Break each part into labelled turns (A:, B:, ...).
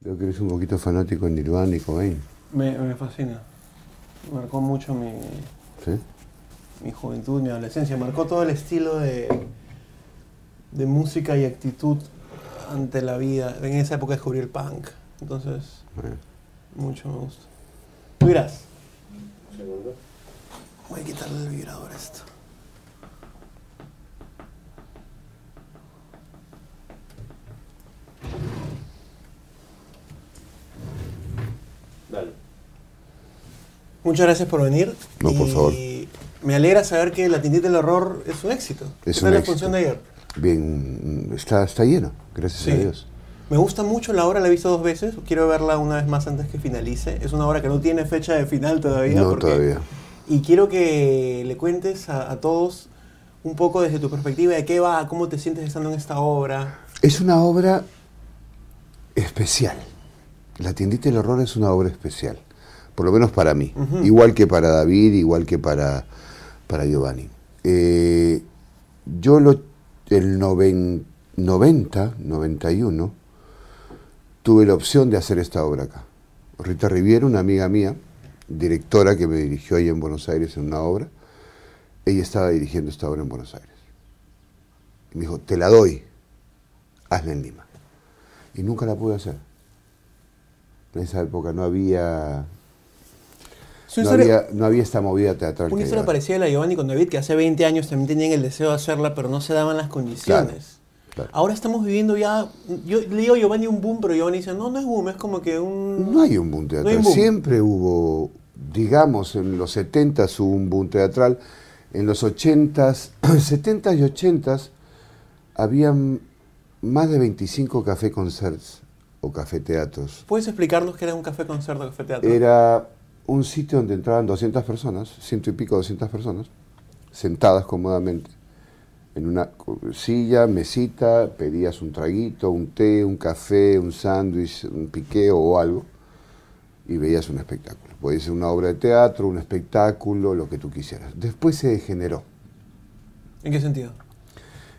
A: Veo que eres un poquito fanático en Nirvana y Cobain,
B: Me, me fascina. Marcó mucho mi,
A: ¿sí?
B: mi juventud, mi adolescencia. Marcó todo el estilo de, de música y actitud ante la vida. En esa época descubrí el punk. Entonces,
A: Bueno.
B: mucho me gusta. Miras. Voy a quitarle el vibrador a esto.
C: Dale.
B: Muchas gracias por venir.
A: No, por
B: y
A: favor.
B: Me alegra saber que La Tintita del Horror es un éxito.
A: Es un
B: ¿Qué tal la
A: éxito.
B: función de ayer?
A: Bien, mm, está, está lleno, gracias a
B: Sí.
A: Dios.
B: Me gusta mucho la obra, la he visto dos veces. Quiero verla una vez más antes que finalice. Es una obra que no tiene fecha de final todavía.
A: no
B: porque-
A: todavía.
B: Y quiero que le cuentes a, a todos un poco desde tu perspectiva de qué va, cómo te sientes estando en esta obra.
A: Es una obra especial. La tiendita del horror es una obra especial, por lo menos para mí,
B: Ujú.
A: igual que para David, igual que para, para Giovanni. Eh, yo lo, el noven- 90, 91, tuve la opción de hacer esta obra acá. Rita Riviera, una amiga mía, directora que me dirigió ahí en Buenos Aires en una obra, ella estaba dirigiendo esta obra en Buenos Aires. Y me dijo, te la doy, hazla en Lima. Y nunca la pude hacer. En esa época no había,
B: Es una
A: no
B: historia,
A: había, no había esta movida teatral.
B: una
A: que
B: historia
A: hay ahora.
B: parecida a la de Giovanni con David, que hace 20 años también tenían el deseo de hacerla, pero no se daban las condiciones.
A: Claro.
B: Ahora estamos viviendo ya, yo le digo a Giovanni un boom, pero Giovanni dice, no, no es boom, es como que un...
A: No hay un boom
B: hay
A: teatral.
B: un boom.
A: Siempre hubo, digamos, en los 70 hubo un boom teatral. En los 80s, 70 y 80s, habían más de 25 café concerts o café teatros.
B: ¿Puedes explicarnos qué era un café concierto, café teatro?
A: Era un sitio donde entraban 200 personas, ciento y pico, 200 personas, sentadas cómodamente, en una co- silla, mesita, pedías un traguito, un té, un café, un sándwich, un piqueo o algo, y veías un espectáculo. Podía ser una obra de teatro, un espectáculo, lo que tú quisieras. Después se degeneró.
B: ¿En qué sentido?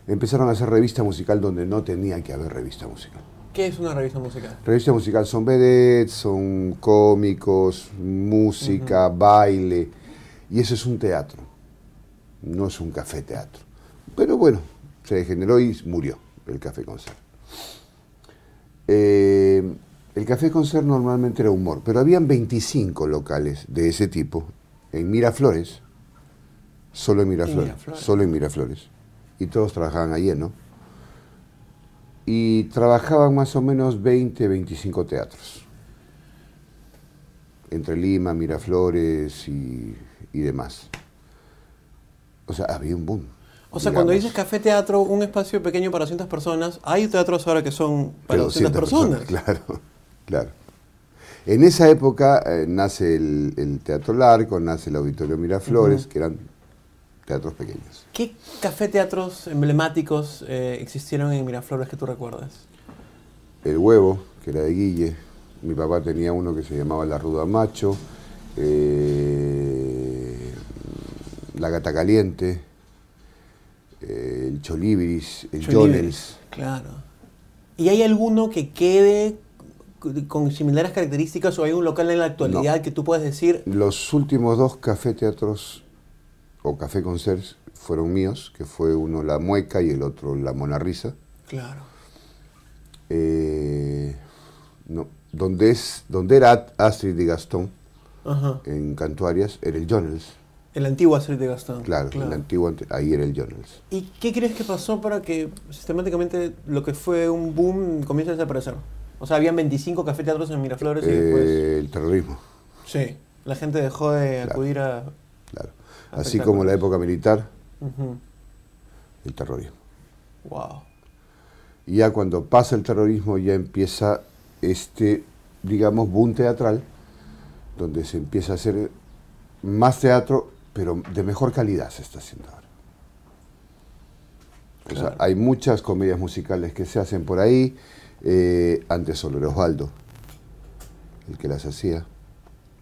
A: Empezaron a hacer revista musical donde no tenía que haber revista musical.
B: ¿Qué es una revista musical?
A: Revista musical son vedettes, son cómicos, música, baile. Y eso es un teatro. No es un café teatro. Pero bueno, se degeneró y murió el café concert. Eh, el café concert normalmente era humor, pero habían 25 locales de ese tipo en Miraflores. Solo en Miraflores.
B: Miraflores.
A: Solo en Miraflores. Y todos trabajaban allí, ¿no? y trabajaban más o menos 20, 25 teatros. Entre Lima, Miraflores y, y demás. O sea, había un boom.
B: O sea, cuando
A: digamos,
B: dices café teatro, un espacio pequeño para 200 personas, hay teatros ahora que son
A: de
B: para 200, personas.
A: Claro, claro. En esa época eh, nace el, el Teatro Larco, nace el Auditorio Miraflores, que eran teatros pequeños.
B: ¿Qué café teatros emblemáticos eh, existieron en Miraflores que tú recuerdas?
A: El Huevo, que era de Guille. Mi papá tenía uno que se llamaba La Ruda Macho. eh, la Gata Caliente. eh, el Cholibiris. El Jonels.
B: Claro. ¿Y hay alguno que quede c- con similares características o hay un local en la actualidad que tú puedes decir?
A: Los últimos dos café teatros o café concerts fueron míos, que fue uno La Mueca y el otro La Mona Risa.
B: Claro.
A: Eh, no, donde, es, donde era Astrid y Gastón
B: Ajá.
A: en Cantuarias era el Jonels.
B: El antiguo Astrid de Gastón.
A: Claro, el antiguo, ante- ahí era el Jonels.
B: ¿Y qué crees que pasó para que sistemáticamente lo que fue un boom comience a desaparecer? O sea, habían 25 café teatros en Miraflores y después...
A: Eh, el terrorismo,
B: Sí, la gente dejó de
A: Claro.
B: acudir a...
A: claro. Así como la época militar,
B: Ujú.
A: el terrorismo.
B: Wow.
A: Y ya cuando pasa el terrorismo ya empieza este, digamos, boom teatral, donde se empieza a hacer más teatro, pero de mejor calidad se está haciendo ahora. O sea,
B: Claro.
A: hay muchas comedias musicales que se hacen por ahí, eh, antes solo era Osvaldo, el que las hacía,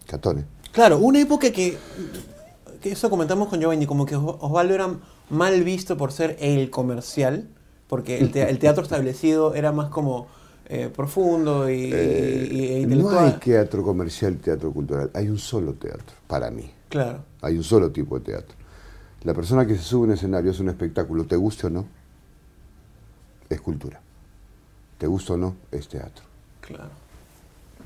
A: Catone.
B: Claro, una época que, que eso comentamos con Giovanni, como que Os- Osvaldo era mal visto por ser el comercial, porque el, te- el teatro establecido era más como eh, profundo y,
A: Eh,
B: y- y- e
A: no hay
B: intelectual.
A: teatro comercial, teatro cultural. Hay un solo teatro, para mí.
B: Claro,
A: Hay un solo tipo de teatro. La persona que se sube a un escenario es un espectáculo, te guste o no, es cultura. Te gusta o no, es teatro.
B: claro.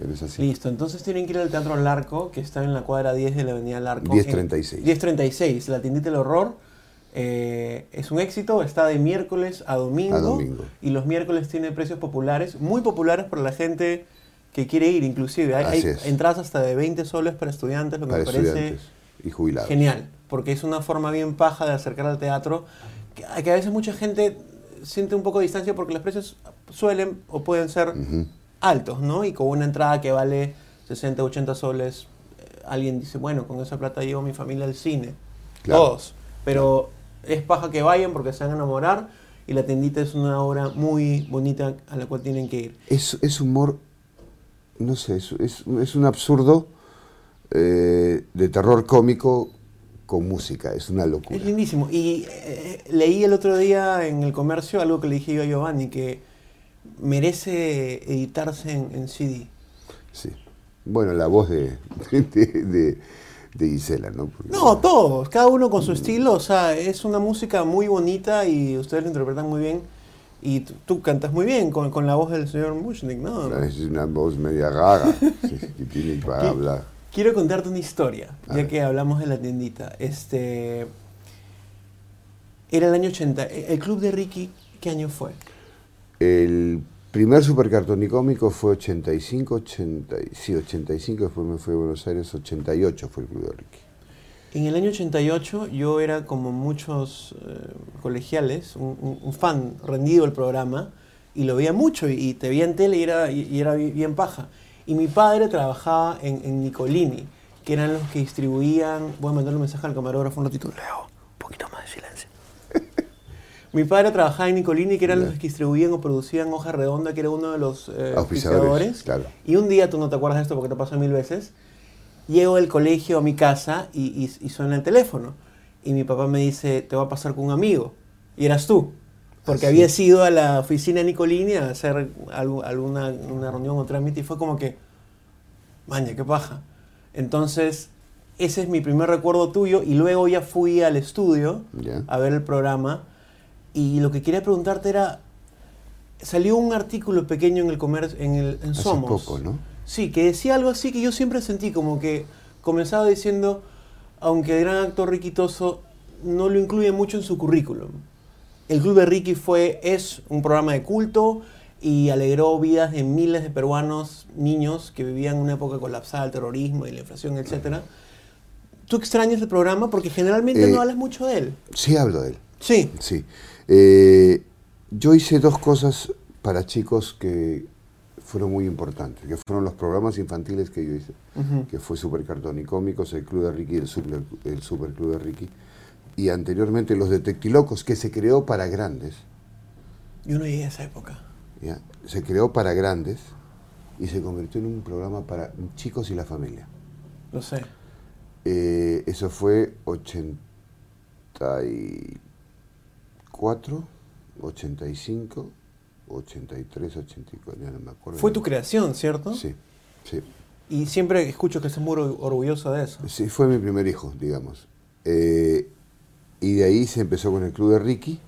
A: ¿Eres así?
B: Listo, entonces tienen que ir al Teatro Larco, que está en la cuadra 10 de la Avenida Larco.
A: 1036.
B: 1036, la tiendita del horror. eh, es un éxito, está de miércoles a domingo,
A: A domingo.
B: Y los miércoles tiene precios populares, muy populares para la gente que quiere ir, inclusive. Hay,
A: Así
B: hay
A: es.
B: entradas hasta de 20 soles para estudiantes, lo que
A: Para
B: me parece
A: estudiantes y jubilados.
B: genial, porque es una forma bien paja de acercar al teatro, que, que a veces mucha gente siente un poco de distancia porque los precios suelen o pueden ser
A: Ujú.
B: altos, ¿no? Y con una entrada que vale 60, 80 soles, eh, alguien dice, bueno, con esa plata llevo a mi familia al cine.
A: Claro.
B: Todos. Pero es paja que vayan porque se van a enamorar y la tiendita es una obra muy bonita a la cual tienen que ir.
A: Es, es humor, no sé, es, es- es un absurdo eh, de terror cómico con música. Es una locura.
B: Es lindísimo. Y eh, leí el otro día en el comercio algo que le dije yo a Giovanni, que merece editarse en, en CD.
A: Sí. Bueno, la voz de, de, de- de Gisela, ¿no? Porque-
B: No, todos, cada uno con su estilo, o sea, es una música muy bonita y ustedes lo interpretan muy bien. Y tú, tú cantas muy bien con, con la voz del señor Mushnik, ¿no?
A: Es una voz media gaga sí, que tiene para
B: ¿Qué?
A: hablar.
B: Quiero contarte una historia,
A: A
B: ya
A: ver.
B: que hablamos de la tiendita. Este. Era el año 80. ¿El club de Ricky qué año fue?
A: El primer supercartonicómico fue 85, 80, sí, 85, después me fui a Buenos Aires, 88 fue el Club de Ricky.
B: En el año 88 yo era como muchos eh, colegiales, un, un- un fan rendido del programa y lo veía mucho y, y te veía en tele y era, y, y era bi- bien paja. Y mi padre trabajaba en, en Nicolini, que eran los que distribuían... Voy a mandarle un mensaje al camarógrafo un ratito. Leo, un poquito más de silencio. mi padre trabajaba en Nicolini, que eran
A: Ya.
B: los que distribuían o producían Hoja Redonda, que era uno de los eh,
A: Auspiciadores,
B: auspiciadores.
A: claro.
B: Y un día, tú no te acuerdas de esto porque te pasó mil veces, Llego del colegio a mi casa y, y- y suena el teléfono. Y mi papá me dice, te va a pasar con un amigo. Y eras tú.
A: Ah, sí.
B: Porque había habías ido a la oficina de Nicolini a hacer algo- alguna una reunión o trámite y fue como que, maña, qué paja. Entonces, ese es mi primer recuerdo tuyo y luego ya fui al estudio
A: Ya.
B: a ver el programa y lo que quería preguntarte era, salió un artículo pequeño en el comercio, en el en
A: Hace
B: Somos.
A: poco, ¿no?
B: Sí, que decía algo así que yo siempre sentí, como que comenzaba diciendo, aunque el gran actor Ricky Toso no lo incluye mucho en su currículum. El Club de Ricky fue, es un programa de culto y alegró vidas de miles de peruanos, niños que vivían en una época colapsada, el terrorismo y la inflación, etc. ¿Tú extrañas el programa? Porque generalmente
A: Eh,
B: no hablas mucho de él.
A: Sí hablo de él,
B: Sí,
A: sí. Eh, yo hice dos cosas para chicos que fueron muy importantes, que fueron los programas infantiles que yo hice.
B: Ujú.
A: que fue Supercartón y Cómicos, el Club de Ricky, el Super, el Super Club de Ricky, y anteriormente los Detectilocos, que se creó para grandes,
B: yo no llegué a esa época.
A: ¿ya? se creó para grandes y se convirtió en un programa para chicos y la familia.
B: Lo sé.
A: Eh, eso fue 84, 85, 83, 84, ya no me acuerdo.
B: Fue tu creación, ¿cierto?
A: Sí, sí.
B: Y siempre escucho que estás muy orgu- orgulloso de eso.
A: Sí, fue mi primer hijo, digamos. Eh, y de ahí se empezó con el club de Ricky,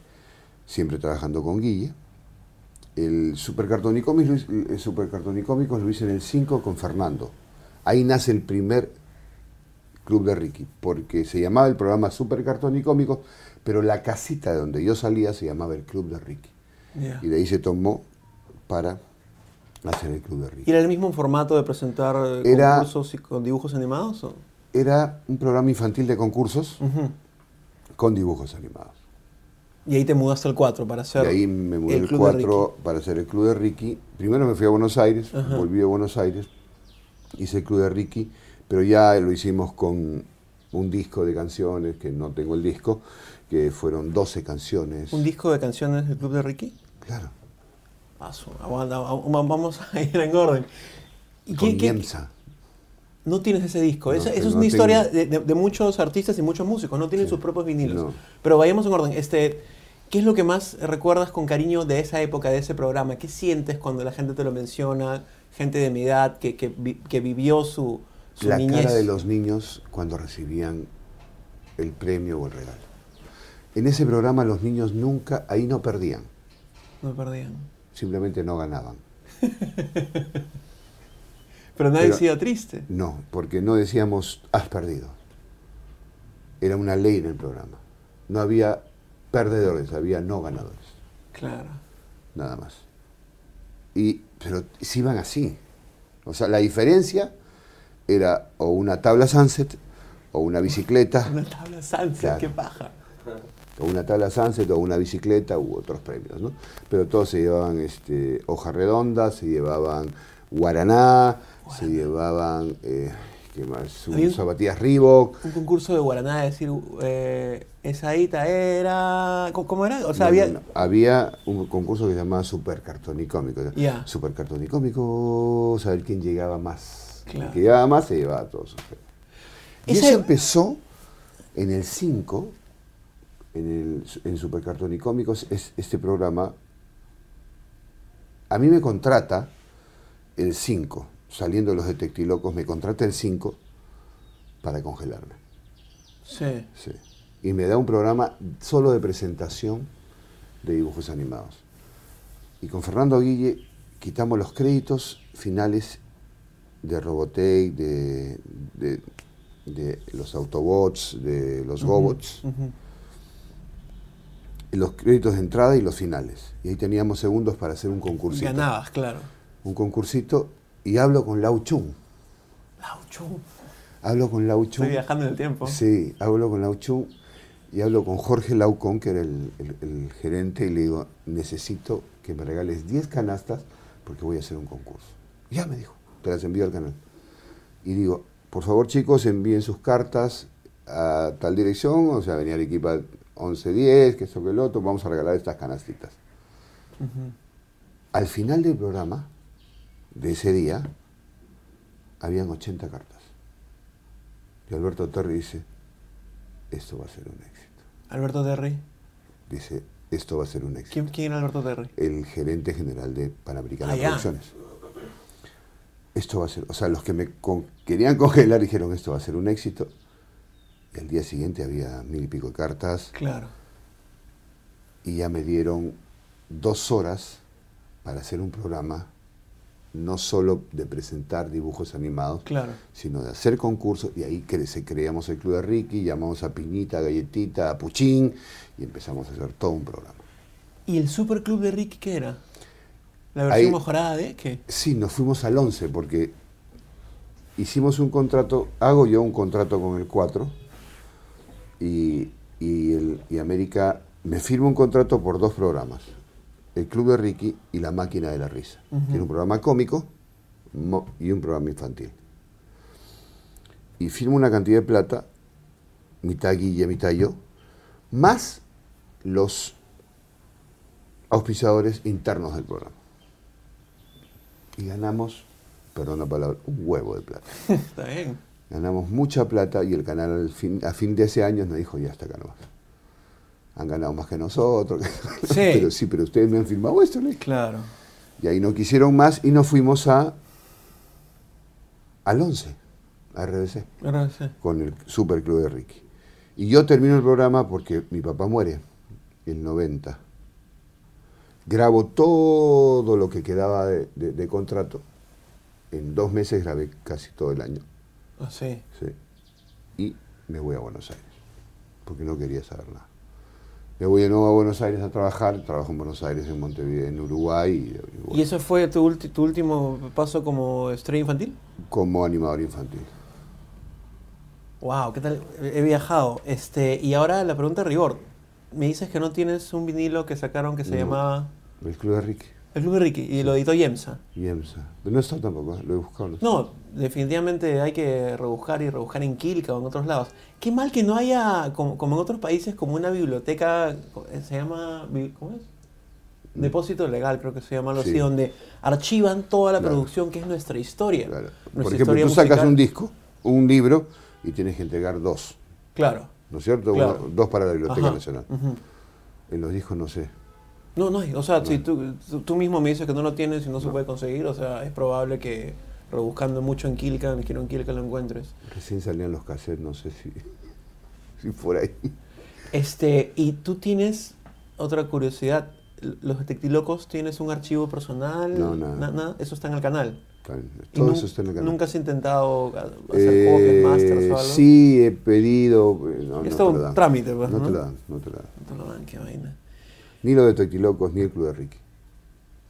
A: siempre trabajando con Guille. El Supercartonicómicos lo, hice- el Supercartonicómicos lo hice en el 5 con Fernando. Ahí nace el primer club de Ricky, porque se llamaba el programa Supercartonicómicos, pero la casita de donde yo salía se llamaba el club de Ricky.
B: Ya.
A: Y de ahí se tomó para hacer el club de Ricky.
B: ¿Y era el mismo formato de presentar eh,
A: Era-
B: concursos y con dibujos animados? o?
A: Era un programa infantil de concursos
B: Ujú.
A: con dibujos animados.
B: Y ahí te mudaste al 4 para hacer.
A: Y ahí me mudé
B: el
A: el
B: Club de
A: 4 para hacer el Club de Ricky. Primero me fui a Buenos Aires,
B: Ajá.
A: volví a Buenos Aires, hice el Club de Ricky, pero ya lo hicimos con un disco de canciones, que no tengo el disco, que fueron 12 canciones.
B: ¿Un disco de canciones del Club de Ricky?
A: Claro,
B: Paso, aguanta, va- va- vamos a ir en orden. ¿Y
A: con
B: qué- qué-
A: Niemsa.
B: no tienes ese disco.
A: No,
B: esa, esa
A: pero
B: es
A: no
B: una
A: tengo.
B: historia de, de- de muchos artistas y muchos músicos. No tienen
A: Sí.
B: sus propios vinilos.
A: No.
B: Pero vayamos en orden. Este, ¿Qué es lo que más recuerdas con cariño de esa época, de ese programa? ¿Qué sientes cuando la gente te lo menciona? Gente de mi edad que, que, vi- que vivió su, su
A: la
B: niñez.
A: cara de los niños cuando recibían el premio o el regalo. En ese programa los niños nunca, ahí no perdían,
B: No perdían.
A: simplemente no ganaban.
B: Pero nadie
A: Pero-
B: se iba triste.
A: No, porque no decíamos, has perdido. Era una ley en el programa. No había perdedores, había no ganadores,
B: Claro.
A: nada más. Y, pero se iban así. O sea, la diferencia era o una tabla sunset, o una bicicleta,
B: Una tabla salsa,
A: Claro.
B: qué paja.
A: o una tabla sunset, o una bicicleta, u otros premios, ¿no? Pero todos se llevaban este, hoja redonda, se llevaban guaraná, se llevaban, eh, ¿qué más? Sus
B: Había un-
A: zapatillas Reebok,
B: Un concurso de guaraná, de decir, eh, esa hita era... ¿Cómo- ¿Cómo era? O sea,
A: No,
B: había...
A: no, no. Había un concurso que se llamaba Super Cartón y Cómico.
B: Ya.
A: Super Cartón y Cómico, saber quién llegaba más.
B: Claro. e-
A: El que llegaba más se llevaba a todos sus premios. Y
B: Ese-
A: eso empezó en el 5, en, el, en Super Cartón y Cómicos, es, este programa. A mí me contrata el 5, saliendo los detectilocos, me contrata el 5 para congelarme.
B: Sí.
A: Sí. Y me da un programa solo de presentación de dibujos animados. Y con Fernando Guille quitamos los créditos finales de Robotech, de, de- de los Autobots, de los Gobots,
B: Ujú.
A: los créditos de entrada y los finales. Y ahí teníamos segundos para hacer un concursito.
B: Ganabas, claro.
A: Un concursito y hablo con Lau Chung.
B: Lau Chu.
A: Hablo con Lau Chung.
B: Estoy viajando en el tiempo.
A: Sí, hablo con Lauchun y hablo con Jorge Laucón, que era el, el- el gerente, y le digo, necesito que me regales 10 canastas porque voy a hacer un concurso. Ya me dijo, te las envío al canal. Y digo, por favor chicos, envíen sus cartas a tal dirección, o sea, Avenida Arequipa 1110, que esto que el otro, vamos a regalar estas canastitas.
B: Ujú.
A: Al final del programa, de ese día, habían 80 cartas. Y Alberto Torri dice, esto va a ser un éxito.
B: Alberto Terry.
A: Dice, esto va a ser un éxito.
B: ¿Quién, quién era Alberto Terry?
A: El gerente general de Panamericana
B: Ah, ya.
A: Producciones. Esto va a ser, o sea, los que me con- querían congelar dijeron, esto va a ser un éxito. Y al día siguiente había mil y pico de cartas
B: Claro.
A: y ya me dieron dos horas para hacer un programa no solo de presentar dibujos animados,
B: Claro.
A: sino de hacer concursos y ahí cre- se creamos el Club de Ricky, llamamos a Piñita, a Galletita, a Puchín y empezamos a hacer todo un programa.
B: ¿Y el superclub de Ricky qué era? ¿La
A: Ahí-
B: versión mejorada de qué?
A: Sí, nos fuimos al 11 porque hicimos un contrato, hago yo un contrato con el 4 y, y el- y América me firma un contrato por dos programas, el Club de Ricky y La Máquina de la Risa.
B: Ujú.
A: Tiene un programa cómico mo- y un programa infantil. Y firmo una cantidad de plata, mitad Guille, mitad yo, más los auspiciadores internos del programa y ganamos, perdón la palabra, un huevo de plata.
B: Está bien.
A: Ganamos mucha plata y el canal al fin, a fin de ese año nos dijo, ya está acá nomás. Han ganado más que nosotros.
B: Sí.
A: pero sí, pero ustedes me han firmado esto, ¿no?
B: Claro.
A: Y ahí no quisieron más y nos fuimos a al 11, a RBC,
B: Ahora sí.
A: con el Super Club de Ricky. Y yo termino el programa porque mi papá muere, el 90. Grabo todo lo que quedaba de- de- de contrato. En dos meses grabé casi todo el año.
B: Ah, sí.
A: Sí. Y me voy a Buenos Aires, porque no quería saber nada. Me voy de nuevo a Buenos Aires a trabajar, trabajo en Buenos Aires, en Montevideo, en Uruguay, y- y bueno,
B: ¿Y eso fue tu, ulti- tu último paso como estrella infantil?
A: como animador infantil.
B: Wow, ¿qué tal? He he viajado. Este, y ahora la pregunta de rigor. Me dices que no tienes un vinilo que sacaron que se
A: No.
B: llamaba
A: El club de Ricky,
B: El Club de Ricky y lo editó Yemsa.
A: y EMSA. Pero No está tampoco, ¿eh? lo he buscado. No, está.
B: No, definitivamente hay que rebuscar y rebuscar en Quilca o en otros lados. Qué mal que no haya, como, como en otros países, como una biblioteca, co- eh, se llama, bi- ¿cómo es? Depósito legal, creo que se llama algo así,
A: Mm. Sí.
B: donde archivan toda la
A: Claro.
B: producción que es nuestra historia.
A: Claro.
B: Nuestra
A: Por ejemplo,
B: historia
A: tú sacas
B: musical.
A: un disco, un libro, y tienes que entregar dos,
B: Claro.
A: ¿no es cierto?
B: Claro.
A: Uno- dos para la Biblioteca
B: Ajá.
A: Nacional.
B: Ujú.
A: En los discos no sé.
B: No, no hay. O sea, si tú, tú- tú mismo me dices que no lo tienes y no se puede conseguir, o sea, es probable que rebuscando mucho en Kilkan, quiero en Kilkan lo encuentres.
A: Recién salían los cassettes, no sé si, si por ahí.
B: Este, y tú tienes otra curiosidad. L- Los Detectilocos, ¿tienes un archivo personal?
A: No, nada.
B: Na- Eso está en el canal.
A: Tan-
B: Y
A: Todo
B: nun-
A: eso está en el canal.
B: ¿Nunca has intentado a- hacer
A: Eh,
B: copias, masters o algo?
A: Sí, he pedido. eh, No, no
B: Es
A: te
B: todo
A: lo
B: un
A: dan.
B: trámite, pues,
A: No te
B: ¿no?
A: lo dan, no te lo dan.
B: No te lo dan, qué vaina.
A: Ni los de Toctilocos, ni el Club de Ricky. No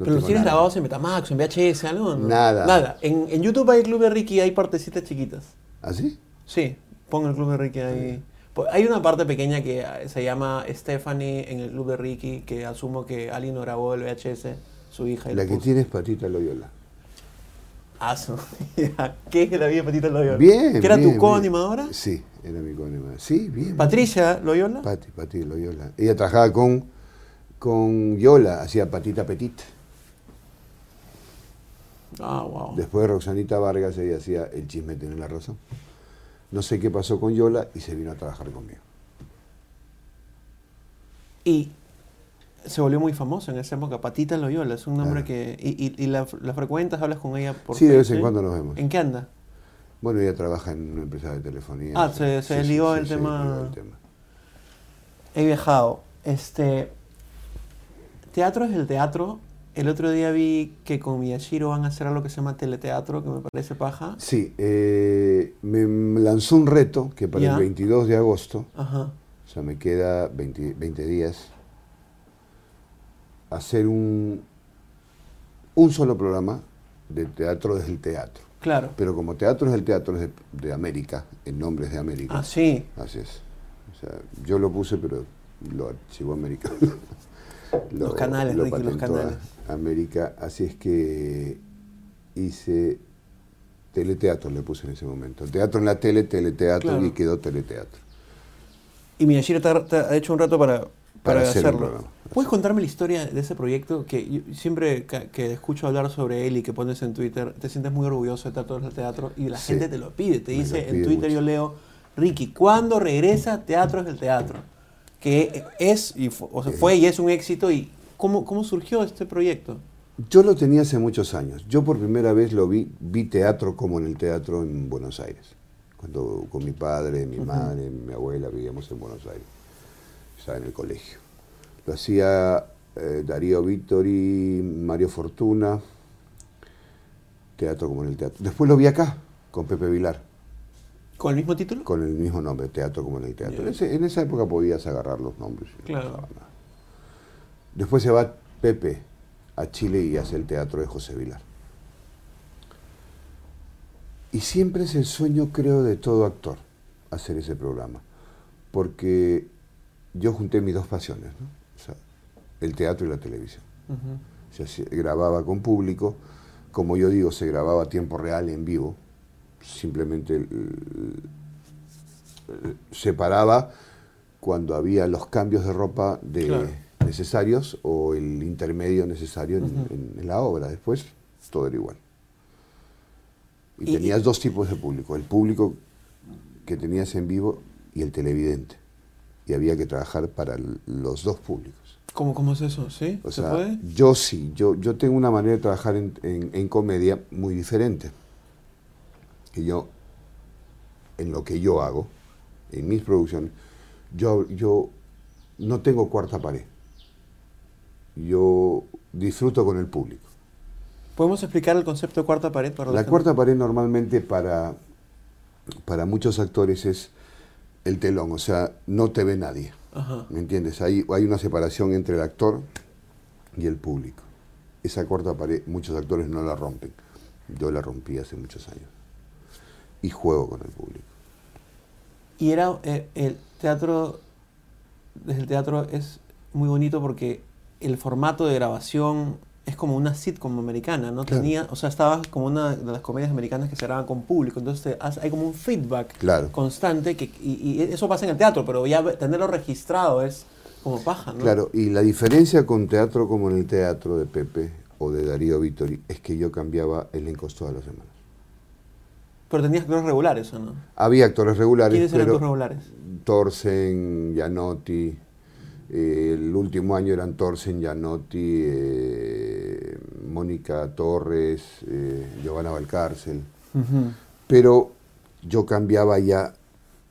B: ¿Pero los
A: tengo
B: tienes
A: nada.
B: grabados en Betamax, en VHS, algo? o no?
A: Nada.
B: Nada. En, en YouTube hay el Club de Ricky, hay partecitas chiquitas.
A: ¿Ah, sí?
B: Sí, pongo el Club de Ricky ahí. Po- Hay una parte pequeña que eh, se llama Stephanie en el Club de Ricky, que asumo que alguien lo grabó el VHS, su hija. y
A: La
B: lo
A: que
B: puso.
A: tiene es Patita Loyola.
B: Ah, su- ya. ¿Qué es la vida de Patita Loyola?
A: Bien.
B: ¿Que era
A: bien,
B: tu
A: bien.
B: co-animadora?
A: Sí, era mi coanimadora. Sí, bien.
B: ¿Patricia Loyola?
A: Pati, Pati Loyola. Ella trabajaba con, con Yola, hacía Patita Petit.
B: Ah, wow.
A: Después Roxanita Vargas, ella hacía El chisme tiene la razón. No sé qué pasó con Yola y se vino a trabajar conmigo.
B: Y se volvió muy famosa en esa época, Patita Loyola, es un nombre
A: Claro.
B: que... ¿Y, y- y la, la frecuentas, hablas con ella por
A: sí, de vez
B: Facebook?
A: en cuando nos vemos.
B: ¿En qué anda?
A: Bueno, ella trabaja en una empresa de telefonía.
B: Ah,
A: no sé.
B: se- se
A: Sí, sí,
B: desligó
A: sí,
B: el
A: se
B: tema-
A: desligó el tema.
B: He viajado. Este. Teatro es el teatro. El otro día vi que con Miyashiro van a hacer algo que se llama teleteatro, que me parece paja.
A: Sí, eh, me lanzó un reto que para
B: Ya.
A: el 22 de agosto,
B: Ajá.
A: o sea, me queda 20, 20 días, hacer un, un solo programa de teatro desde el teatro.
B: Claro.
A: Pero como teatro es el teatro es de, de América, el nombre es de América.
B: Ah, sí.
A: Así es. O sea, yo lo puse, pero lo archivó América. Lo-
B: Los canales, Ricky, los
A: patentó a-
B: canales.
A: América. Así es que hice teleteatro, le puse en ese momento. Teatro en la tele, teleteatro,
B: Claro.
A: y quedó teleteatro.
B: Y Miyashiro te ha, te ha hecho un rato para, para,
A: Para hacer el
B: hacerlo.
A: programa.
B: ¿Puedes contarme la historia de ese proyecto? Que yo- siempre ca- que escucho hablar sobre él y que pones en Twitter, te sientes muy orgulloso de Teatro del Teatro y la
A: Sí.
B: gente te lo pide. Te
A: Me lo
B: dice en
A: pide
B: Twitter,
A: mucho.
B: yo leo, Ricky, ¿cuándo regresa Teatro es el Teatro? Que es, y fu- o sea, fue y es un éxito. y ¿Cómo, cómo surgió este proyecto?
A: Yo lo tenía hace muchos años. Yo por primera vez lo vi, vi teatro como en el teatro en Buenos Aires. Cuando con mi padre, mi madre, mi abuela vivíamos en Buenos Aires. Estaba en el colegio. Lo hacía eh, Darío Vittori, Mario Fortuna. Teatro como en el teatro. Después lo vi acá, con Pepe Vilar,
B: ¿Con el mismo título?
A: con el mismo nombre, Teatro como en el teatro.
B: Ya.
A: En, ese- en esa época podías agarrar los nombres. y no
B: Claro.
A: pasaba nada. Después se va Pepe a Chile y hace el teatro de José Vilar. Y siempre es el sueño, creo, de todo actor hacer ese programa. Porque yo junté mis dos pasiones, ¿no? O sea, el teatro y la televisión.
B: Ujú.
A: O sea, se grababa con público, como yo digo, se grababa a tiempo real en vivo. Simplemente el- el- se paraba cuando había los cambios de ropa de-
B: Claro.
A: necesarios o el intermedio necesario en, en- en la obra. Después todo era igual. Y,
B: Y-
A: tenías dos tipos de público, el público que tenías en vivo y el televidente. Y había que trabajar para l- los dos públicos.
B: ¿Cómo, ¿Cómo es eso? ¿Sí?
A: O
B: ¿Se
A: sea,
B: puede?
A: yo sí, yo, yo tengo una manera de trabajar en, en- en comedia muy diferente. Que yo, en lo que yo hago, en mis producciones, yo, yo no tengo cuarta pared. Yo disfruto con el público.
B: ¿Podemos explicar el concepto de cuarta pared para la
A: La
B: gente?
A: cuarta pared normalmente para, para muchos actores es el telón, o sea, no te ve nadie.
B: Ajá.
A: ¿Me entiendes? Hay, hay una separación entre el actor y el público. Esa corta pared, muchos actores no la rompen. Yo la rompí hace muchos años. Y juego con el público.
B: Y era eh, el teatro, desde el teatro es muy bonito porque el formato de grabación es como una sitcom americana, ¿no?
A: Claro.
B: Tenía, o sea, estabas como una de las comedias americanas que se graban con público, entonces te hace- hay como un feedback
A: Claro.
B: constante que, y, y eso pasa en el teatro, pero ya ve- tenerlo registrado es como paja, ¿no?
A: Claro, y la diferencia con teatro como en el teatro de Pepe o de Darío Vittori es que yo cambiaba elencos todas las semanas.
B: Pero tenías actores regulares, ¿o no?
A: Había actores regulares,
B: ¿Quiénes eran
A: pero
B: tus regulares?
A: Torsen, Gianotti, Eh, el último año eran Torsen, Gianotti, eh, Mónica Torres, eh, Giovanna Valcárcel.
B: Ujú.
A: Pero yo cambiaba ya,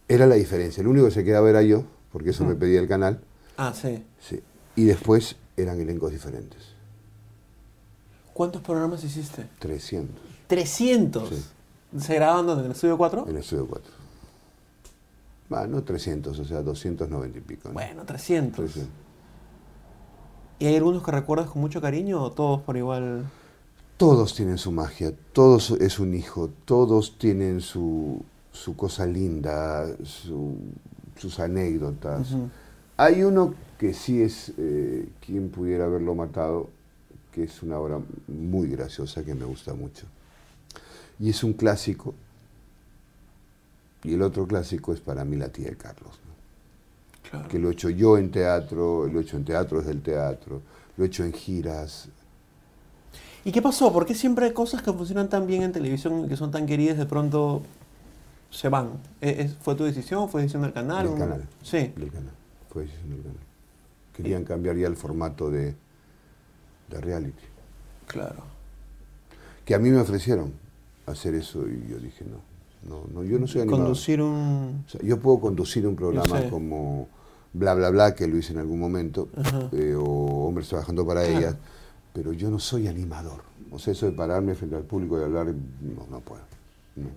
A: era la diferencia. El único que se quedaba era yo, porque eso me pedía el canal.
B: Ah, sí.
A: Sí. Y después eran elencos diferentes.
B: ¿Cuántos programas hiciste?
A: 300
B: 300. ¿Se grababan donde? ¿En el estudio 4?
A: en el estudio 4. Ah, no 300, o sea, 290 y pico. ¿no?
B: Bueno, pues, 300.
A: 300.
B: ¿Y hay algunos que recuerdas con mucho cariño o todos por igual?
A: Todos tienen su magia, todos es un hijo, todos tienen su, su cosa linda, su- sus anécdotas.
B: Ujú.
A: Hay uno que sí es eh, quien pudiera haberlo matado, que es una obra muy graciosa que me gusta mucho. Y es un clásico. Y el otro clásico es para mí la tía de Carlos. ¿no?
B: Claro.
A: que lo he hecho yo en teatro, lo he hecho en teatro desde el teatro, lo he hecho en giras.
B: ¿Y qué pasó? ¿Por qué siempre hay cosas que funcionan tan bien en televisión y que son tan queridas de pronto se van? ¿Es- es- ¿Fue tu decisión? ¿Fue decisión del canal?
A: Del
B: Un-
A: canal.
B: Sí.
A: del canal, fue decisión del canal. Querían cambiar ya el formato de, de reality.
B: Claro.
A: Que a mí me ofrecieron hacer eso y yo dije no, no, no yo no soy animador.
B: Conducir un...
A: O sea, yo puedo conducir un programa
B: sé.
A: como Bla Bla Bla, que lo hice en algún momento,
B: Ajá.
A: eh, o Hombres Trabajando para
B: Claro.
A: Ellas, pero yo no soy animador. O sea, eso de pararme frente al público y hablar, no, no puedo. No.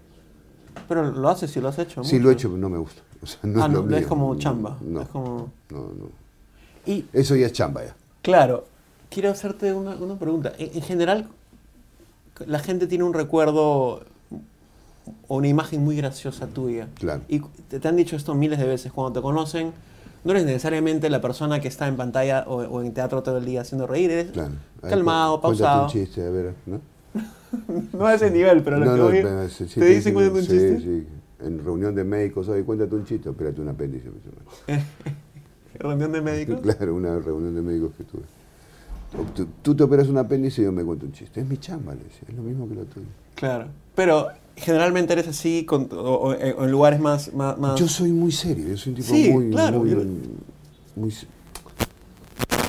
B: Pero lo haces y lo has hecho.
A: Sí,
B: mucho.
A: lo he hecho, pero no me gusta. O sea, no
B: ah,
A: es lo
B: no, no es
A: mío.
B: como chamba.
A: No,
B: Es como...
A: no, no.
B: Y
A: Eso ya es chamba ya.
B: Claro, quiero hacerte una, una pregunta. En, en general, la gente tiene un recuerdo o una imagen muy graciosa tuya.
A: Claro.
B: Y cu- te, te han dicho esto miles de veces. Cuando te conocen, no eres necesariamente la persona que está en pantalla o, o en teatro todo el día haciendo reír. Eres
A: Claro. A ver,
B: calmado,
A: cu- cuéntate
B: pausado.
A: un chiste, a ver, ¿no?
B: No a ese nivel, pero lo
A: no,
B: que
A: no,
B: voy-
A: pero ese
B: te
A: chiste
B: dicen
A: sí,
B: cuéntate un
A: sí,
B: chiste.
A: sí. En reunión de médicos, oye, cuéntate un chiste, espérate un apéndice. pues, hermano.
B: Reunión de médicos.
A: Claro, una reunión de médicos que tuve. Tú, tú- tú te operas un apéndice y yo me cuento un chiste. Es mi chamba, le decía, es lo mismo que lo tuyo.
B: Claro. Pero generalmente eres así con- o, o- o en lugares más... más, más-
A: Yo soy muy serio, yo soy un tipo
B: Sí,
A: muy,
B: claro,
A: muy,
B: yo-
A: muy se-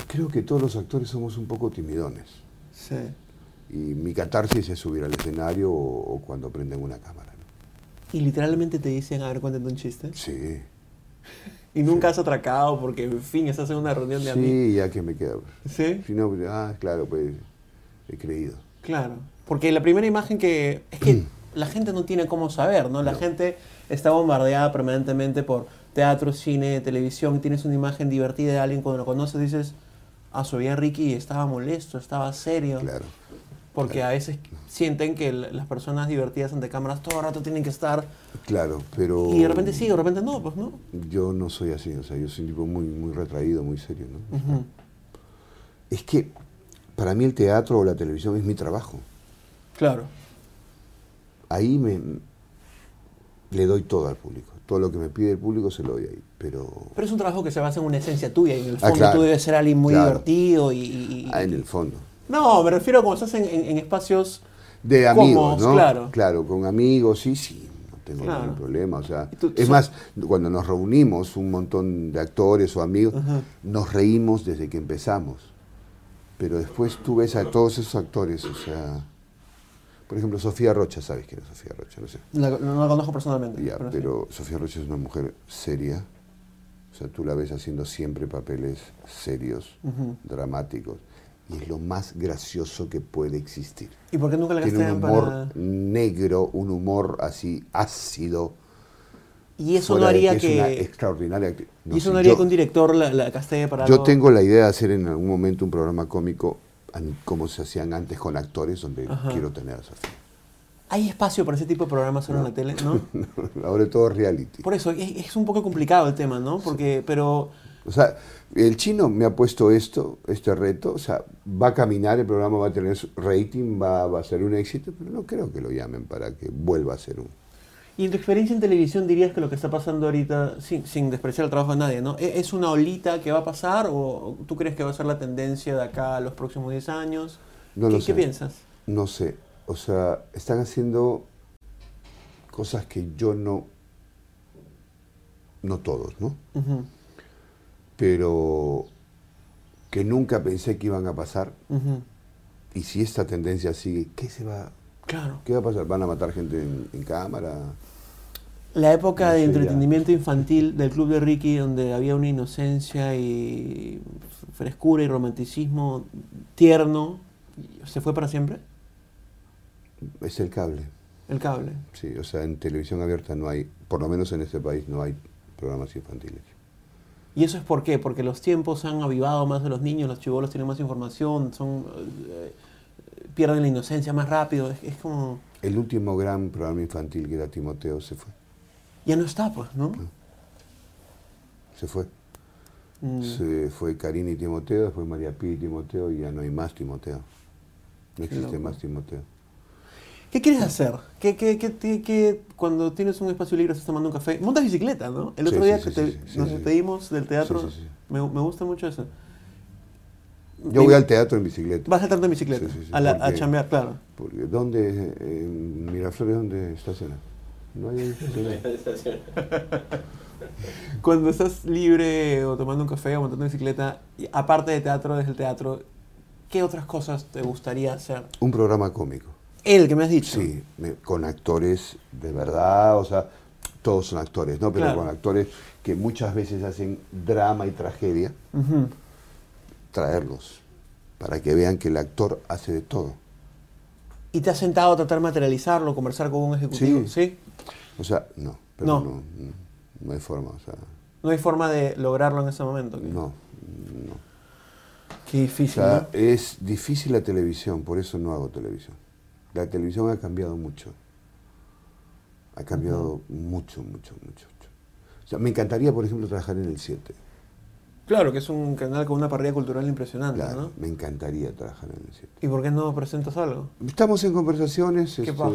A: Creo que todos los actores somos un poco timidones.
B: Sí.
A: Y mi catarsis es subir al escenario o, o cuando prenden una cámara. ¿no?
B: Y literalmente te dicen, a ver, cuéntate un chiste.
A: Sí.
B: Y nunca has atracado porque, en fin, estás en una reunión de amigos.
A: Sí, ya que me queda. pues.
B: Sí.
A: Si no, pues, ah, claro, pues he creído.
B: Claro. Porque la primera imagen que... Es que la gente no tiene cómo saber, ¿no? La
A: No.
B: gente está bombardeada permanentemente por teatro, cine, televisión. Tienes una imagen divertida de alguien cuando lo conoces dices... Ah, subía Ricky y estaba molesto, estaba serio.
A: Claro.
B: porque a veces sienten que l- las personas divertidas ante cámaras todo el rato tienen que estar...
A: Claro, pero.
B: Y de repente sí, de repente no, pues no.
A: Yo no soy así, o sea, yo soy un tipo muy, muy retraído, muy serio, ¿no?
B: Ujú.
A: Es que para mí el teatro o la televisión es mi trabajo.
B: Claro.
A: Ahí me le doy todo al público. Todo lo que me pide el público se lo doy ahí. Pero
B: Pero es un trabajo que se basa en una esencia tuya y en el
A: Ah,
B: fondo
A: claro.
B: tú debes ser alguien muy
A: Claro.
B: divertido y... y- y-
A: ah, en el fondo.
B: No, me refiero a cuando estás en, en- en espacios...
A: De
B: Cómodos,
A: amigos, ¿no?
B: claro.
A: con amigos, sí, sí, no tengo
B: Claro.
A: ningún problema. O sea,
B: Y tú-
A: es
B: son-
A: más, cuando nos reunimos, un montón de actores o amigos,
B: Ajá.
A: nos reímos desde que empezamos. Pero después tú ves a todos esos actores, o sea. Por ejemplo, Sofía Rocha, ¿sabes quién es Sofía Rocha? No sé.
B: La- no la conozco personalmente.
A: Ya,
B: pero sí.
A: pero Sofía Rocha es una mujer seria. O sea, tú la ves haciendo siempre papeles serios,
B: Ujú.
A: dramáticos. Y es lo más gracioso que puede existir
B: ¿Y por qué nunca la
A: tiene
B: castean
A: un humor
B: para...?
A: negro, un humor así ácido.
B: Y eso
A: fuera
B: no
A: de
B: haría
A: es una
B: que...
A: extraordinarie actriz. No
B: y eso
A: sé,
B: no haría
A: yo-
B: que un director la, la castee para
A: Yo
B: algo?
A: tengo la idea de hacer en algún momento un programa cómico an- como se hacían antes con actores, donde
B: Ajá.
A: quiero tener a Sofía.
B: ¿Hay espacio para ese tipo de programas solo en la tele? ¿No?
A: Ahora todo es reality.
B: Por eso, es, es un poco complicado el tema, ¿no? Porque, pero...
A: O sea, el chino me ha puesto esto, este reto. O sea, va a caminar, el programa va a tener su rating, va, va a ser un éxito, pero no creo que lo llamen para que vuelva a ser un.
B: Y en tu experiencia en televisión dirías que lo que está pasando ahorita, sin, sin despreciar el trabajo de nadie, ¿no? ¿E- ¿Es una olita que va a pasar o tú crees que va a ser la tendencia de acá a los próximos 10 años?
A: No
B: ¿Qué,
A: lo
B: qué
A: sé.
B: piensas?
A: No sé, o sea, están haciendo cosas que yo no, no todos, ¿no?
B: Ujú.
A: pero que nunca pensé que iban a pasar.
B: Ujú.
A: Y si esta tendencia sigue, ¿qué se va,
B: Claro.
A: qué va a pasar? ¿Van a matar gente en, en cámara?
B: La época
A: No
B: de
A: sé, ya.
B: entretenimiento infantil del club de Ricky, donde había una inocencia y frescura y romanticismo tierno, ¿se fue para siempre?
A: Es el cable.
B: El cable.
A: Sí, o sea, en televisión abierta no hay, por lo menos en este país, no hay programas infantiles.
B: ¿Y eso es por qué? Porque los tiempos han avivado más a los niños, los chivolos tienen más información, son eh, pierden la inocencia más rápido. Es, es como.
A: El último gran programa infantil que era Timoteo se fue.
B: Ya no está, pues, ¿no?
A: Se fue.
B: Mm.
A: Se fue Karina y Timoteo, después María Pía y Timoteo, y ya no hay más Timoteo. No existe
B: loco.
A: más Timoteo.
B: ¿Qué quieres hacer? ¿Qué, qué, qué, qué- qué- cuando tienes un espacio libre, estás tomando un café? Montas bicicleta, ¿no? El
A: Sí,
B: otro
A: sí,
B: día
A: sí,
B: que
A: sí,
B: te-
A: sí, sí,
B: nos
A: sí.
B: despedimos del teatro,
A: Sí, sí, sí.
B: Me, me gusta mucho eso.
A: Yo voy al teatro en bicicleta.
B: Vas saltando en bicicleta,
A: Sí, sí, sí,
B: a, la- a
A: porque-
B: chambear, claro.
A: Porque ¿Dónde, en Miraflores, dónde estaciona? No hay estacionamiento.
B: Cuando estás libre o tomando un café o montando en bicicleta, y aparte de teatro, desde el teatro, ¿qué otras cosas te gustaría hacer?
A: Un programa cómico.
B: El que me has dicho.
A: Sí, me- con actores de verdad, o sea, todos son actores, ¿no? Pero
B: Claro.
A: con actores que muchas veces hacen drama y tragedia,
B: Ujú.
A: traerlos para que vean que el actor hace de todo.
B: ¿Y te has sentado a tratar de materializarlo, conversar con un ejecutivo?
A: Sí.
B: ¿Sí?
A: O sea, no, pero
B: No.
A: no, no, no hay forma, o sea,
B: No hay forma de lograrlo en ese momento.
A: no.
B: Qué
A: O
B: difícil.
A: sea,
B: ¿no?
A: es difícil la televisión, por eso no hago televisión. La televisión ha cambiado mucho. Ha cambiado mucho, mucho, mucho, mucho. O sea, me encantaría, por ejemplo, trabajar en el 7.
B: Claro, que es un canal con una parrilla cultural impresionante,
A: Claro,
B: Ah, ¿no?
A: me encantaría trabajar en el 7.
B: ¿Y por qué no presentas algo?
A: Estamos en conversaciones,
B: ¿Qué
A: este,
B: paja?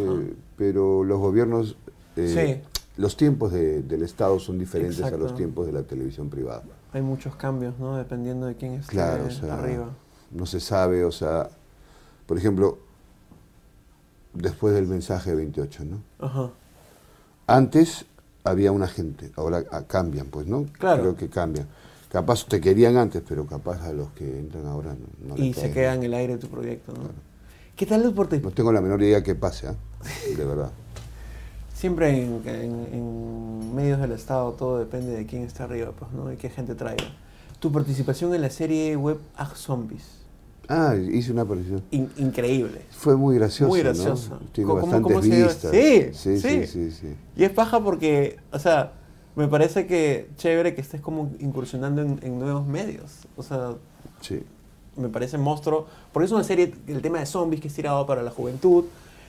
A: pero los gobiernos, eh, los tiempos de- del Estado son diferentes a los
B: Exacto.
A: tiempos de la televisión privada.
B: Hay muchos cambios, ¿no? Dependiendo de quién esté
A: Claro, o sea,
B: arriba.
A: no se sabe, o sea, por ejemplo, después del mensaje 28, ¿no?
B: Ajá.
A: Antes había una gente, ahora ah, cambian, pues, ¿no?
B: Claro.
A: Creo que cambian. Capaz te querían antes, pero capaz a los que entran ahora no, no les
B: y se
A: caes,
B: queda
A: ¿no?
B: en el aire tu proyecto, ¿no? ¿Qué tal el deporte?
A: No tengo la menor idea que pase, ¿ah? De verdad.
B: Siempre en, en- en medios del Estado todo depende de quién está arriba, pues, ¿no? Y qué gente traiga. Tu participación en la serie web Ag Zombies.
A: Ah, hice una aparición.
B: In- increíble.
A: Fue muy gracioso.
B: Muy
A: ¿no?
B: gracioso.
A: Tiene
B: ¿Cómo- cómo-
A: bastantes
B: cómo se dio?
A: vistas.
B: Sí,
A: sí,
B: sí.
A: sí, sí, sí.
B: Y es paja porque, o sea, me parece que chévere que estés como incursionando en, en nuevos medios. O sea,
A: sí.
B: me parece monstruo. Porque es una serie, el tema de zombies que es tirado para la juventud.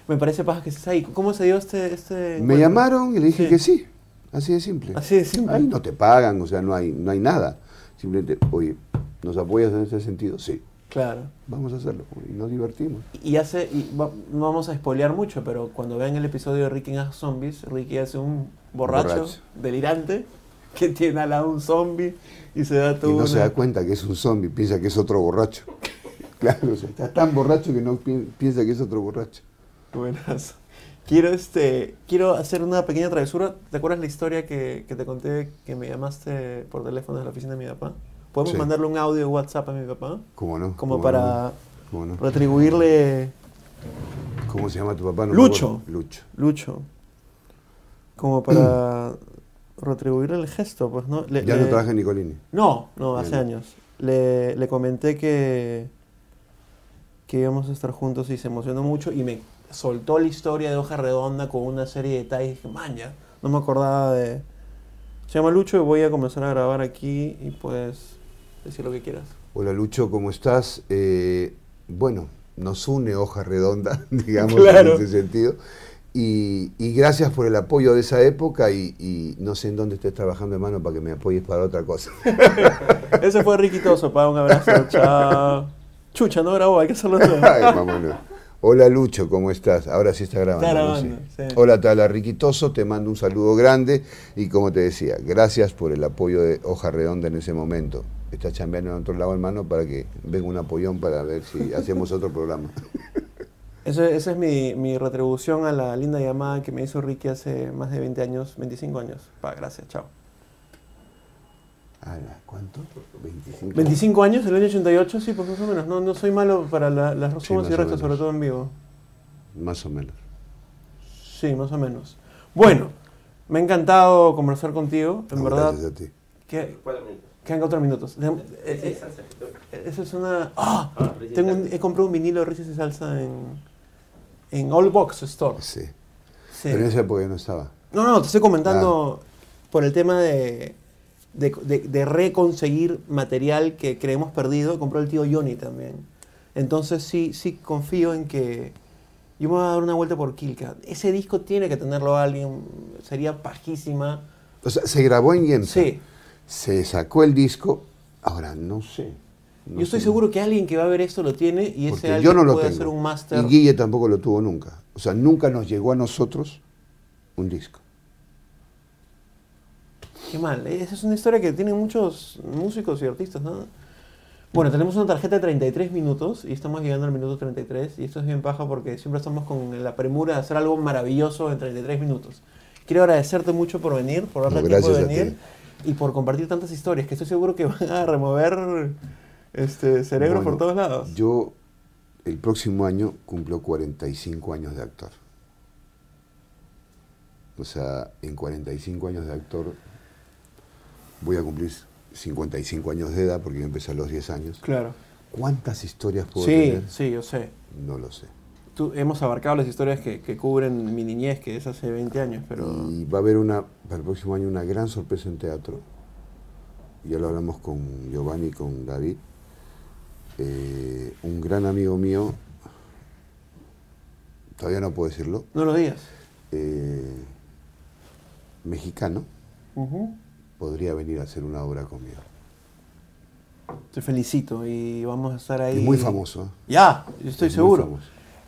B: Me parece paja que estés ahí. ¿Cómo se dio este.? este
A: Me
B: encuentro?
A: llamaron y le dije
B: Sí.
A: que sí. Así de simple.
B: Así de simple.
A: Ahí no te pagan, o sea, no hay, no hay nada. Simplemente, oye, ¿nos apoyas en ese sentido? Sí,
B: Claro.
A: vamos a hacerlo. Y nos divertimos.
B: Y hace. y va- no vamos a spoilear mucho, pero cuando vean el episodio de Ricky en Haz Zombies, Ricky hace un borracho,
A: Borracho.
B: delirante que tiene al lado un zombie y se da todo.
A: Y no se
B: una-
A: da cuenta que es un zombie, piensa que es otro borracho. Claro, o sea, está tan borracho que no pi- piensa que es otro borracho.
B: Buenas. Quiero, este, quiero hacer una pequeña travesura. ¿Te acuerdas la historia que, que te conté que me llamaste por teléfono de la oficina de mi papá? ¿Podemos
A: Sí.
B: mandarle un audio de WhatsApp a mi papá?
A: ¿Cómo no?
B: Como
A: ¿Cómo no?
B: para
A: ¿Cómo, no?
B: retribuirle
A: ¿Cómo se llama tu papá? No me
B: Lucho.
A: acuerdo. Lucho.
B: Lucho. Como para retribuirle el gesto, pues, ¿no? Le-
A: Ya no
B: le-
A: trabaja en Nicolini.
B: No, no, hace
A: Ya no.
B: años. Le, le comenté que, que íbamos a estar juntos y se emocionó mucho y me soltó la historia de Hoja Redonda con una serie de detalles. Dije, man, ya, no me acordaba de... Se llama Lucho y voy a comenzar a grabar aquí y puedes decir lo que quieras.
A: Hola Lucho, ¿cómo estás? Eh, bueno, nos une hoja redonda, digamos,
B: Claro.
A: en ese sentido. Y, y gracias por el apoyo de esa época y, y no sé en dónde estés trabajando, hermano, para que me apoyes para otra cosa.
B: Ese fue Riquitoso, para un abrazo, chao. Chucha, no grabó, hay que hacerlo todo.
A: Ay, vámonos. Hola Lucho, ¿cómo estás? Ahora sí está grabando.
B: Está
A: ¿no?
B: grabando, sí.
A: Hola Tala Riquitoso, te mando un saludo grande y como te decía, gracias por el apoyo de Hoja Redonda en ese momento. Está chambeando en otro lado, hermano, para que venga un apoyón para ver si hacemos otro programa.
B: Ese- esa es mi, mi retribución a la linda llamada que me hizo Ricky hace más de 20 años, 25 años. Pa, gracias, chao.
A: Ala, Ah, ¿Cuánto? 25.
B: 25 años, el año 88, sí, pues más o menos. No, no soy malo para la- las
A: Sí,
B: sumas
A: más
B: y
A: o
B: restas,
A: menos.
B: sobre todo en vivo.
A: Más o menos.
B: Sí, más o menos. Bueno, me ha encantado conversar contigo, en
A: No,
B: verdad.
A: gracias a ti.
B: Que,
C: Cuatro minutos.
B: quedan cuatro minutos. Eh,
C: Sí,
B: eh,
C: salsa.
B: Eso es una... ¡Ah!
C: Ah, recién
B: Tengo
C: salsa.
B: un- he comprado un vinilo de Risas y Salsa en, en All Box Store.
A: Sí.
B: Sí.
A: Pero en esa época yo no estaba.
B: No, no, te estoy comentando por el tema de, de, de- de reconseguir material que creemos perdido. Compró el tío Johnny también. Entonces sí, sí confío en que... Yo me voy a dar una vuelta por Kilka. Ese disco tiene que tenerlo alguien. Sería pajísima.
A: O sea, se grabó en Yemsa.
B: Sí.
A: Se sacó el disco. Ahora, no sé. No
B: Yo estoy
A: sé.
B: seguro que alguien que va a ver esto lo tiene y ese
A: Porque
B: alguien
A: yo no lo
B: puede
A: tengo.
B: hacer un máster.
A: Y Guille tampoco lo tuvo nunca. O sea, nunca nos llegó a nosotros un disco.
B: Qué mal. eh, Esa es una historia que tienen muchos músicos y artistas, ¿no? Bueno, tenemos una tarjeta de 33 minutos y estamos llegando al minuto 33 y esto es bien paja porque siempre estamos con la premura de hacer algo maravilloso en 33 minutos. Quiero agradecerte mucho por venir, por darte
A: No,
B: tiempo de
A: gracias a
B: venir y por compartir tantas historias que estoy seguro que van a remover este cerebro
A: Bueno,
B: por todos lados.
A: Yo el próximo año cumplo 45 años de actor. O sea, en 45 años de actor voy a cumplir 55 años de edad porque yo empecé a los 10 años.
B: Claro.
A: ¿Cuántas historias puedo
B: Sí,
A: tener?
B: sí, yo sé.
A: No lo sé.
B: Tú- hemos abarcado las historias que, que cubren mi niñez, que es hace 20 años, pero...
A: Y va a haber una, para el próximo año una gran sorpresa en teatro. Ya lo hablamos con Giovanni y con David. Eh, un gran amigo mío, todavía no puedo decirlo,
B: No lo digas.
A: eh, mexicano,
B: Ujú.
A: podría venir a hacer una obra conmigo.
B: Te felicito y vamos a estar ahí.
A: Es muy famoso. ¿eh?
B: Ya, yo estoy
A: Es muy
B: seguro.
A: famoso.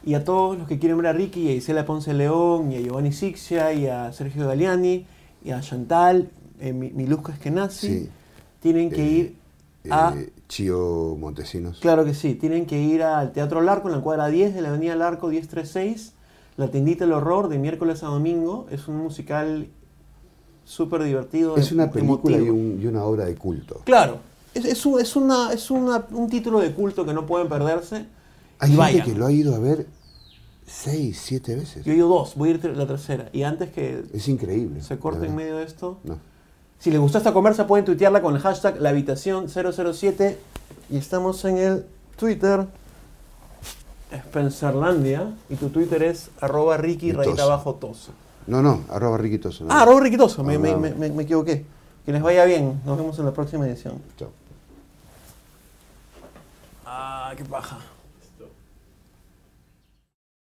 B: Y a todos los que quieren ver a Ricky, y a Isela Ponce León, y a Giovanni Sixia, y a Sergio Galiani, y a Chantal, eh, mi, mi Luzca es que nace,
A: Sí.
B: tienen que
A: Eh,
B: ir
A: Eh,
B: a...
A: Chio Montesinos.
B: Claro que sí, tienen que ir al Teatro Larco, en la cuadra 10 de la Avenida Larco 1036, La Tiendita del Horror, de miércoles a domingo. Es un musical súper divertido.
A: es una
B: emo-
A: película y,
B: emotivo.
A: un- y una obra de culto.
B: Claro, es, es un- es una, es una- un título de culto que no pueden perderse.
A: Hay gente
B: y vayan.
A: que lo ha ido a ver seis, siete veces.
B: Yo he ido dos, voy a ir ter- la tercera. Y antes que
A: Es increíble.
B: se corte
A: la
B: en
A: verdad.
B: medio de esto,
A: No.
B: si les gustó esta conversa pueden tuitearla con el hashtag la habitación 007. Y estamos en el Twitter Spencerlandia. Y tu Twitter es arroba Ricky
A: Y
B: rayita
A: Toso.
B: abajo toso.
A: no, no, arroba riquitos.
B: Ah, arroba Ricky Toso, me,
A: Ah,
B: me-
A: no.
B: me- me- me equivoqué. Que les vaya bien, nos vemos en la próxima edición.
A: Chao.
B: Ah, qué paja.